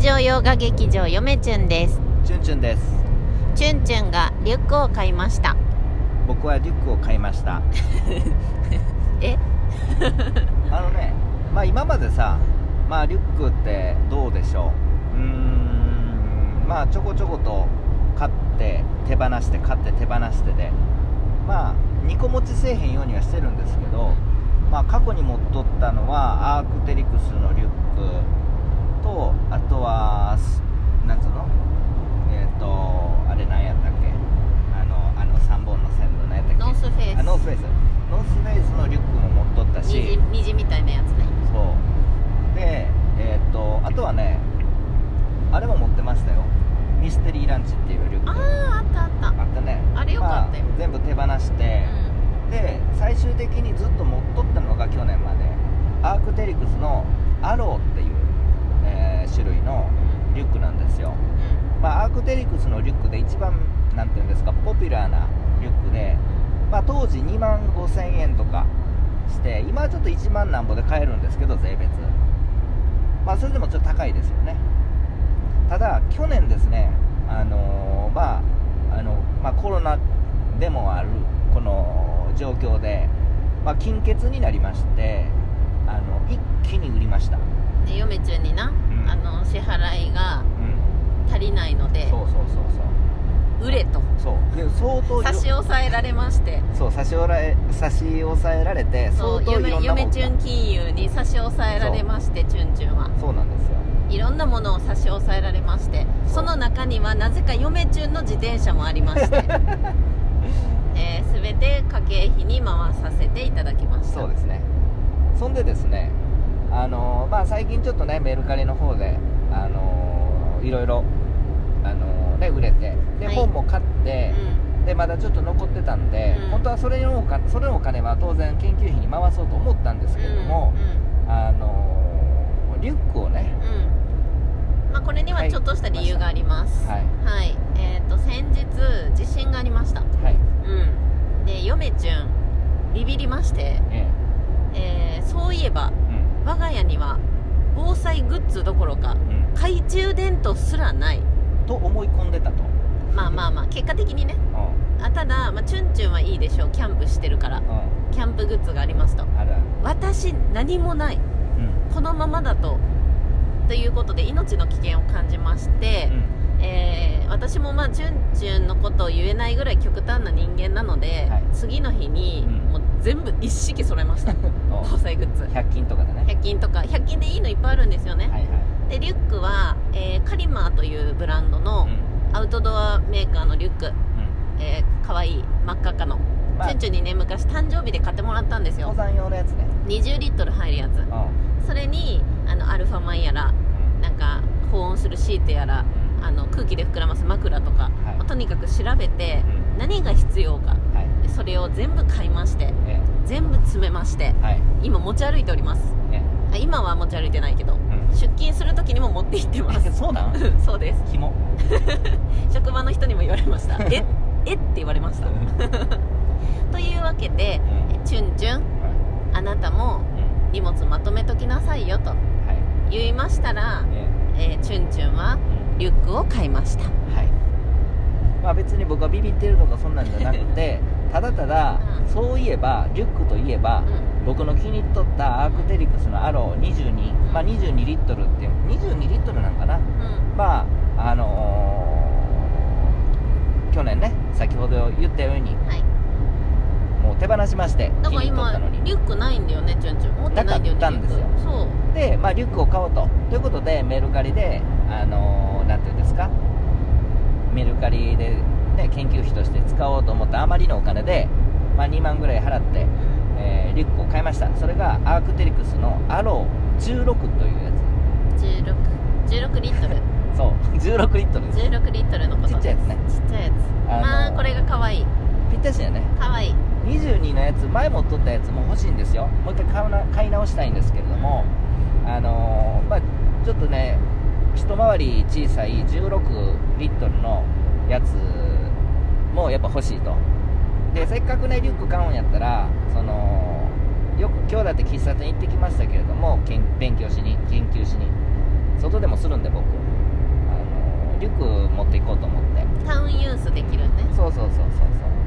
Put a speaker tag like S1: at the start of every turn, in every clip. S1: 上洋画劇場よめちゅんです
S2: チュンチュンです
S1: ちゅんちゅんがリュックを買いました
S2: 僕はリュックを買いました
S1: え
S2: あのねまあ今までさまあリュックってどうでしょううーんまあちょこちょこと買って手放して買って手放してでまあ2個持ちせえへんようにはしてるんですけどまあ過去に持っとったのはアークテリクスのリュックとあとはすなんつうのえっ、とあれなんやったっけあのあの3本の線のなんやったっけ
S1: ノースフェイス
S2: あノースフェイスノースフェイスのリュックも持っとったし
S1: 虹虹みたいなやつね
S2: そうでえーっとあとはねあれも持ってましたよミステリーランチっていうリュック
S1: あああったあっ
S2: あったね
S1: あれ良かったよ
S2: まあ全部手放したて、
S1: う
S2: で最終的にずっと持っとったのが去年までアークテリクスのアローっていう、えー種類の
S1: ん
S2: リュックなんですよ
S1: う
S2: まあ、アークテリクスのリュックで一番なんていうんですかポピュラーなリュックで、まあ、当時2万5000円とかして今はちょっと1万なんぼで買えるんですけど税別まあそれでもちょっと高いですよねただ去年ですねあのーまああの、まあ、コロナでもあるこの状況で、まあ、金欠になりましてあの一気に売りました、うん
S1: でよめちゅんにな、
S2: ん
S1: あの支払いが足りないので
S2: そうそうそう
S1: 売れと
S2: そうそうで相当
S1: 差し押さえられまして
S2: そう差し押さえ差し押さえられて
S1: そ
S2: 相
S1: う
S2: 当
S1: 嫁
S2: いろんなも
S1: 嫁
S2: ん
S1: ちゅん金融に差し押さえられましてちゅんちゅんは
S2: そうなんですよ
S1: いろんなものを差し押さえられましてその中にはなぜか嫁ちゅんの自転車もありま して、えー、全て家計費に回させていただきました
S2: そうですねそんでですねあのーまあ最近ちょっとねメルカリの方であのーいろいろあのーね売れてで、
S1: はい
S2: 本も買って、でまだちょっと残ってたんで、
S1: うん
S2: 本当はそれのお金それのお金は当然研究費に回そうと思ったんです
S1: うん
S2: けれども、あのーリュックをね
S1: うんうんうんまあこれにはちょっとした理由があります
S2: はい
S1: はい、えっ、と先日地震がありました
S2: はい
S1: うんで嫁ちゅんビビりまして、
S2: え
S1: えーそういえば
S2: えうん
S1: 我が家には防災グッズどころか
S2: う
S1: 懐中電灯すらない
S2: んと思い込んでたと、
S1: まあまあまあ結果的にね
S2: う
S1: あただ、まあ、チュンチュンはいいでしょうキャンプしてるから
S2: んう
S1: キャンプグッズがありますと
S2: んあるある
S1: 私何もない
S2: うん
S1: このままだとということで命の危険を感じまして、
S2: う
S1: えー私もまあチュンチュンのことを言えないぐらい極端な人間なので、
S2: はい
S1: 次の日に
S2: うん
S1: もう全部一式揃え ました
S2: んお
S1: 防災グッズ
S2: 100均とかでね
S1: 100均とか100均でいいのいっぱいあるんですよね、
S2: はいは
S1: でリュックは、えーカリマーというブランドの
S2: い
S1: アウトドアメーカーのリュック、えー、かわいい真っ赤っかの
S2: うんまあ
S1: チュンチュンにね昔誕生日で買ってもらったんです
S2: 登
S1: よ
S2: 山用のやつね
S1: 20リットル入るや
S2: う
S1: つ
S2: ん
S1: それにあのアルファ米やらなんか保温するシートやら
S2: うん
S1: あの空気で膨らます枕とか、
S2: はい
S1: とにかく調べて
S2: うん
S1: 何が必要か
S2: はい
S1: でそれを全部買いまして
S2: え
S1: 全部詰めまして
S2: えはい
S1: 今持ち歩いております
S2: え
S1: あ今は持ち歩いてないけど
S2: え
S1: 出勤する時にも持って行ってま
S2: う
S1: す
S2: んそうなん
S1: そうです
S2: 紐
S1: 職場の人にも言われ ましたええって言われましたというわけで
S2: うん
S1: えチュンチュンあなたも
S2: うん
S1: 荷物まとめときなさいよと
S2: はい
S1: 言いましたら、
S2: え
S1: えーチュンチュンは
S2: えうん
S1: リュックを買いました、
S2: はいまあ別に僕はビビってるとかそんなんじゃなく てただただ
S1: うん
S2: そういえばリュックといえば
S1: うん
S2: 僕の気に入っとったアークテリクスのアロー22まあ22リットルって22リットルなんかな
S1: うん
S2: まああのー去年ね先ほど言ったように
S1: はい
S2: もう手放しまして
S1: だ
S2: 気
S1: から
S2: に取っ
S1: 今
S2: たのに
S1: リュックないんだよねチュンチュン持ってないんだよね
S2: なかったんです
S1: リ
S2: よ
S1: ュックそう
S2: で、まあ、リュックを買おうとということでメルカリであのーなんていうんですかメルカリで、ね、研究費として使おうと思ったあまりのお金で、まあ、2万ぐらい払って、えーリュックを買いましたそれがアークテリクスのアロー16というや
S1: 16 16リッ トル
S2: つそう16リッ トルです
S1: 16リットルのこと
S2: ちっちゃいやつね
S1: ちっちゃいやつ
S2: あのー
S1: まあこれが可愛い
S2: ぴったしだよね
S1: 可愛い
S2: 22のやつ前持っとったやつも欲しいんですよもう一回買うな買い直したいんですけれどもあのーまあちょっとね一回り小さい16リットルのやつもやっぱ欲しいとでせっかくねリュック買うんやったらそのよく今日だって喫茶店行ってきましたけれども研勉強しに研究しに外でもするんで僕リュック持っていこうと思って
S1: タウンユースできるね
S2: そうそうそうそうそう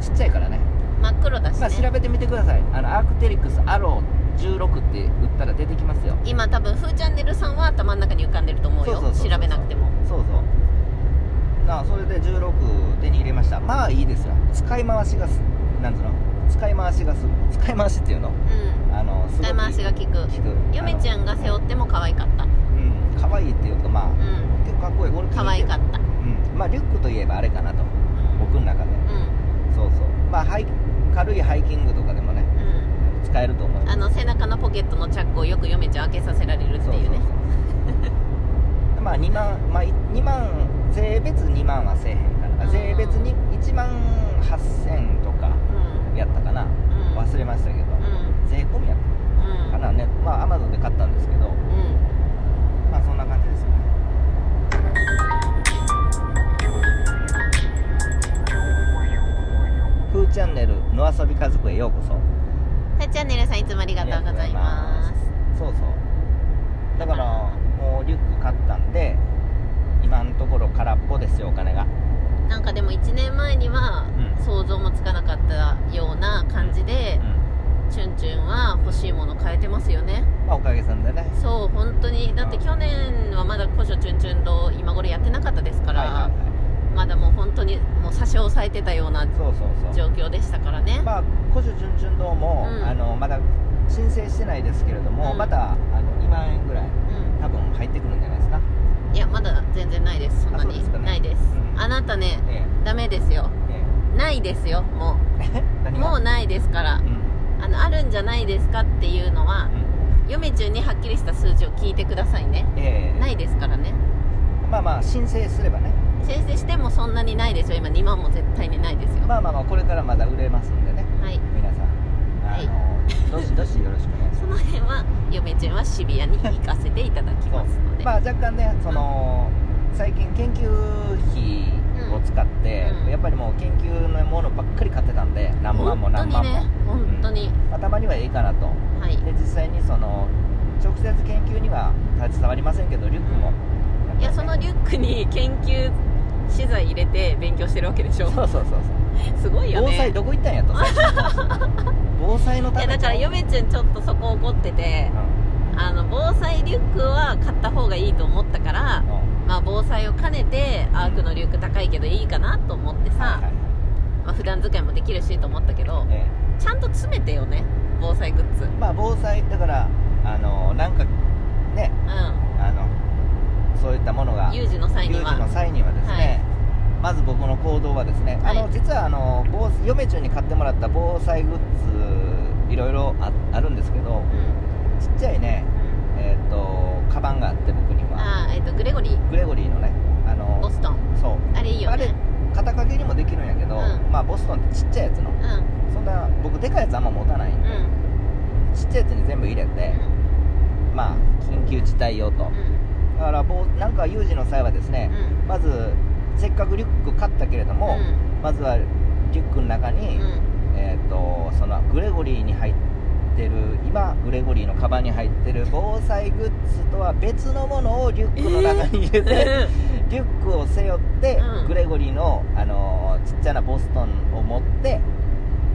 S2: ちっちゃいからね
S1: 真っ黒だし
S2: まあ
S1: ね、
S2: 調べてみてくださいあのアークテリックスアロー16って打ったら出てきますよ
S1: 今多分フーチャンネルさんは頭の中に浮かんでると思うよ
S2: そうそうそうそう
S1: 調べなくても
S2: そうそうなあそれで16手に入れましたまあいいですよ使い回しがすなんつうの使い回しがす使い回しっていうの
S1: うん
S2: あのすごく
S1: 使い回しが効く
S2: 効く
S1: ヨメちゃんが背負っても可愛かったう
S2: あのうん可愛いっていうかまあ
S1: ん
S2: 結構かっこいい俺気に
S1: 可
S2: 入
S1: 愛
S2: て
S1: か
S2: る
S1: った
S2: うんまあリュックといえばあれかなと僕の中で
S1: うん
S2: そうそうまあハイ軽いハイキングとかでもね
S1: うん
S2: 使えると思います
S1: あの背中のポケットのチャックをよくヨメちゃん開けさせられるっていうね
S2: そう まあ2万まあい2万税別2万はせえへんから
S1: うん
S2: 税別に1万8000とか
S1: うん
S2: やったかな
S1: うん
S2: 忘れましたけど
S1: うん
S2: 税込みやっ
S1: う
S2: た
S1: ん
S2: かなねまあアマゾンで買ったんですけど
S1: うん
S2: まあそんな感じですよねフーチャンネルの遊び家族へようこそ
S1: さあチャンネルさんいつもありがとうございます
S2: そうそうだからもうリュック買ったんで今のところ空っぽですよお金が
S1: なんかでも1年前には
S2: うん
S1: 想像もつかなかったような感じで、チュンチュンは欲しいもの変えてますよね
S2: まあおかげさんでね
S1: そう本当にだって去年はまだ古書チュンチュン堂今頃やってなかったですから、
S2: はいはいはい
S1: まだもう本当にもう差し押さえてたような
S2: そうそうそ
S1: 状況でしたからね
S2: うまあ古書準々堂も、
S1: うん
S2: あのまだ申請してないですけれども、
S1: うん
S2: またあの2万円ぐらい多分入ってくるんじゃないですか
S1: うんいやまだ全然ないですそんな
S2: あそうです
S1: に、
S2: かね
S1: ないです、
S2: うん
S1: あなたね
S2: え
S1: ダメですよ
S2: ええ
S1: ないですよも
S2: え
S1: う
S2: 何が
S1: もうないですから
S2: うん
S1: あのあるんじゃないですかっていうのは
S2: うん
S1: 嫁中にはっきりした数字を聞いてくださいね
S2: ええ
S1: ないですからね
S2: まあまあ申請すればね
S1: 先生してもそんなにないですよ今2万も絶対にないですよ、
S2: まあまあまあこれからまだ売れますんでね
S1: はい
S2: 皆さんあの、どしどしよろしくお願いします
S1: その辺は嫁ちゃんはシビアに行かせていただきますので、
S2: まあ若干ねその、最近研究費を使って、
S1: うん
S2: やっぱりもう研究のものばっかり買ってたんで何万
S1: 本
S2: も
S1: 当
S2: 何
S1: に
S2: 万も、
S1: ね本当に、
S2: まあたまにはいいかなと
S1: はい
S2: で実際にその直接研究には携わりませんけどリュックも、
S1: いやそのリ
S2: ュッ
S1: ュックに研究資材入れて勉強してるわけでしょ
S2: そうそうそうそう
S1: すごいよ
S2: 防災
S1: ね
S2: どこ行ったんやと最初に話して た防災の
S1: い
S2: ため
S1: や
S2: に
S1: だから嫁ちゃんちょっとそこ怒ってて
S2: うん
S1: あの防災リュックは買った方がいいと思ったから
S2: うん
S1: まあ防災を兼ねてアークのリュック高いけどいいかなと思って
S2: は
S1: さ
S2: い、はい
S1: まあ、普段使いもできるしと思ったけど
S2: え
S1: ちゃんと詰めてよね防災グッズう
S2: えまあ防災だからあのなんかね
S1: ん
S2: あのそういったものが
S1: 有事の際に
S2: 有事の
S1: は
S2: 際にはですね、まず僕の行動はですね、
S1: はい
S2: あの実はあの防嫁中に買ってもらった防災グッズいろいろああるんですけど
S1: うん
S2: ちっちゃいね
S1: うん
S2: えっ、とカバンがあって僕には
S1: あーえっ、とグレゴリー
S2: グレゴリーのねあ
S1: ボ
S2: の
S1: ストン
S2: そう
S1: あれいいよ
S2: あれ
S1: ね
S2: 肩掛けにもできるんやけど、
S1: うん
S2: まあボストンってちっちゃいやつの
S1: うん
S2: そんな僕でかいやつあんま持たないん
S1: う
S2: で、
S1: ん
S2: ちっちゃいやつに全部入れて、まあ緊急事態用と、
S1: うんうん
S2: だから防なんか有事の際はですね、
S1: うん
S2: まずせっかくリュック買ったけれども、まずはリュックの中
S1: う
S2: に、
S1: んうん
S2: えー、とそのグレゴリーに入ってる今グレゴリーのカバンに入ってる防災グッズとは別のものをリュックの中に入れて、 リュックを背負って、
S1: うん
S2: グレゴリーの、あのーちっちゃなボストンを持って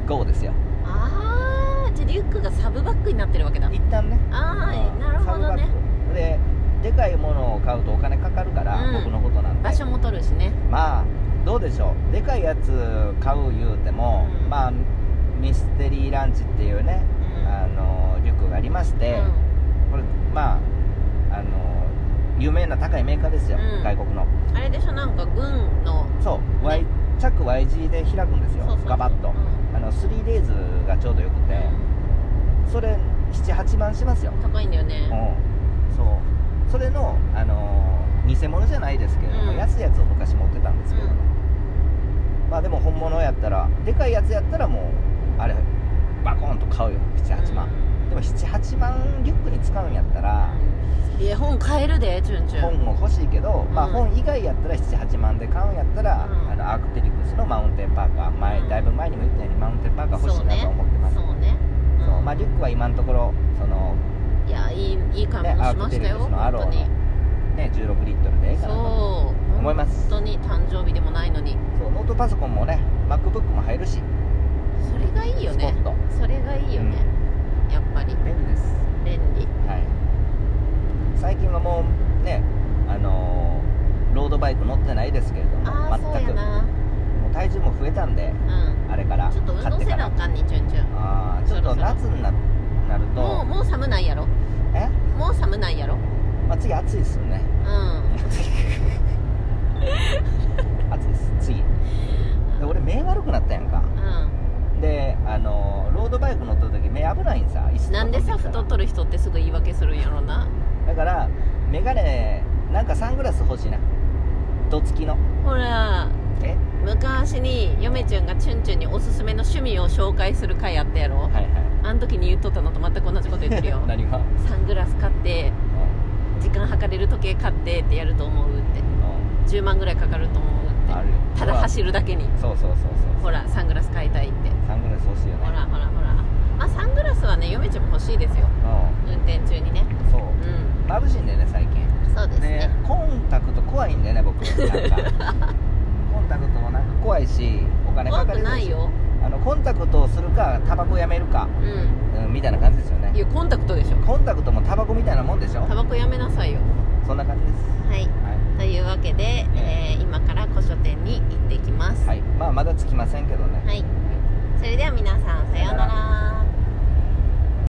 S2: GO ですよ
S1: ああじゃあリュックがサブバッグになってるわけだ
S2: 一旦ね
S1: ああなるほど
S2: サ
S1: ね
S2: ブバッグででかいものを買うとお金かかるから、
S1: うん
S2: 僕のことなんで
S1: 場所も取るしね
S2: まあどうでしょうでかいやつ買う言うても、
S1: うん
S2: まあミステリーランチっていうね、
S1: うん
S2: あのリュックがありまして、これまああの有名な高いメーカーですよ、
S1: うん
S2: 外国の
S1: うんあれでしょなんか軍の
S2: そう、Y チャック YG で開くんですよ
S1: そうそうそう
S2: ガバッと、
S1: うん
S2: あの 3days がちょうどよくて、それ78万しますよ、
S1: 高いんだよ
S2: う
S1: ね
S2: んそうそれのあの偽物じゃないですけれども、
S1: うん
S2: 安いやつを昔持ってたんですけれども、まあでも本物やったらでかいやつやったらもうあれバコンと買うよ78万、でも78万リュックに使うんやったら、
S1: いや本買えるでチュンチュン
S2: 本も欲しいけど、まあ、
S1: うん
S2: 本以外やったら78万で買うんやったら、
S1: うん
S2: あのアークテリクスのマウンテンパーカー前、
S1: うん
S2: だいぶ前にも言ったようにマウンテンパーカー欲しいなと思ってますそう、
S1: そうねうん
S2: まあ、リュックは今のところその、
S1: いやいいいい買い
S2: ね、
S1: 物
S2: ア
S1: し
S2: ー
S1: ま
S2: ク
S1: し
S2: テ
S1: た
S2: リク
S1: よ
S2: スのア
S1: 本
S2: ロー
S1: 当
S2: の
S1: に、
S2: ね、16リットルでええ
S1: そ
S2: か
S1: う
S2: なと
S1: 本
S2: 思います
S1: 本当に誕生日でもないのに
S2: そうノートパソコンもね MacBook も入るし
S1: それがいいよね
S2: スポット
S1: それがいいよね、やっぱり
S2: 便利です
S1: 便利
S2: はい最近はもうねあのーロードバイク乗ってないですけれど
S1: あ
S2: も
S1: あそう
S2: 全
S1: や
S2: くも
S1: な
S2: う体重も増えたんで
S1: うん
S2: あれから
S1: ちょっと運
S2: 買っ
S1: 動
S2: て
S1: せ
S2: か
S1: な
S2: ら
S1: あかんにチュンチュン
S2: あーちょっと夏にななると
S1: もうもう寒ないやろ
S2: え、
S1: もう寒ないやろ
S2: まあ、次暑いですよね
S1: うん
S2: 暑いです次で俺目悪くなったやんか
S1: う
S2: であのーロードバイク乗った時目危ないんさ椅子
S1: ん
S2: とか
S1: なんでさ
S2: 飛んきた
S1: 太
S2: ら
S1: っとる人ってすぐ言い訳するんやろな
S2: だから眼鏡なんかサングラス欲しいなどつきの
S1: ほら
S2: え
S1: 昔に嫁ちゅんがチュンチュンにおすすめの趣味を紹介する回あったやろ
S2: はいは
S1: あの時に言っとったのと全く同じこと言ってるよ
S2: い 何がうん
S1: サングラス買って時間測れる時計買ってってやると思うって
S2: う
S1: 10万ぐらいかかると思うって
S2: んあるよ
S1: ただ走るだけに
S2: そうそうそうそう
S1: ほらサングラス買いたいって
S2: サングラス欲しいよね
S1: ほらほらほらまあサングラスはね嫁ちゃんも欲しいですよ運転中にね
S2: うんそう
S1: うん
S2: 眩しいんだよね最近
S1: そうですね
S2: コンタクト怖いんだよね 僕なんかコンタクトもなんか怖いしお金
S1: 怖
S2: かか
S1: く
S2: るし
S1: ないよ
S2: あのコンタクトをするかタバコやめるか、
S1: うん
S2: うん、みたいな感じですよね
S1: いやコンタクトでしょ
S2: コンタクトもタバコみたいなもんでしょ
S1: タバコやめなさいよ
S2: そんな感じです
S1: はい
S2: は
S1: というわけで、えー今から古書店に行ってきます
S2: い、はい、まあまだつきませんけどね
S1: はい